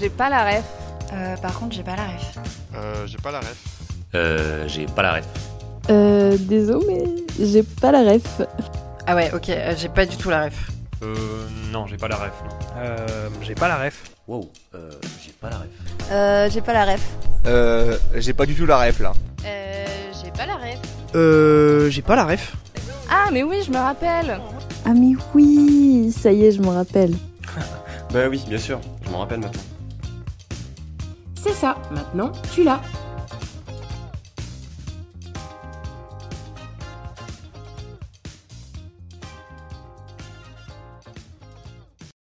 J'ai pas la ref. Euh, par contre, j'ai pas la ref. Euh, j'ai pas la ref. Euh, j'ai pas la ref. Euh, désolé, mais j'ai pas la ref. Ah ouais, ok, euh, j'ai pas du tout la ref. Euh, non, j'ai pas la ref, non. Euh, j'ai pas la ref. Wow, euh, j'ai pas la ref. Euh, j'ai pas la ref. Euh, j'ai pas du tout la ref là. Euh, j'ai pas la ref. Euh, j'ai pas la ref. Ah, mais oui, je me rappelle. Ah mais oui, ça y est, je me rappelle. Bah oui, bien sûr, je m'en rappelle maintenant. C'est ça, maintenant tu l'as.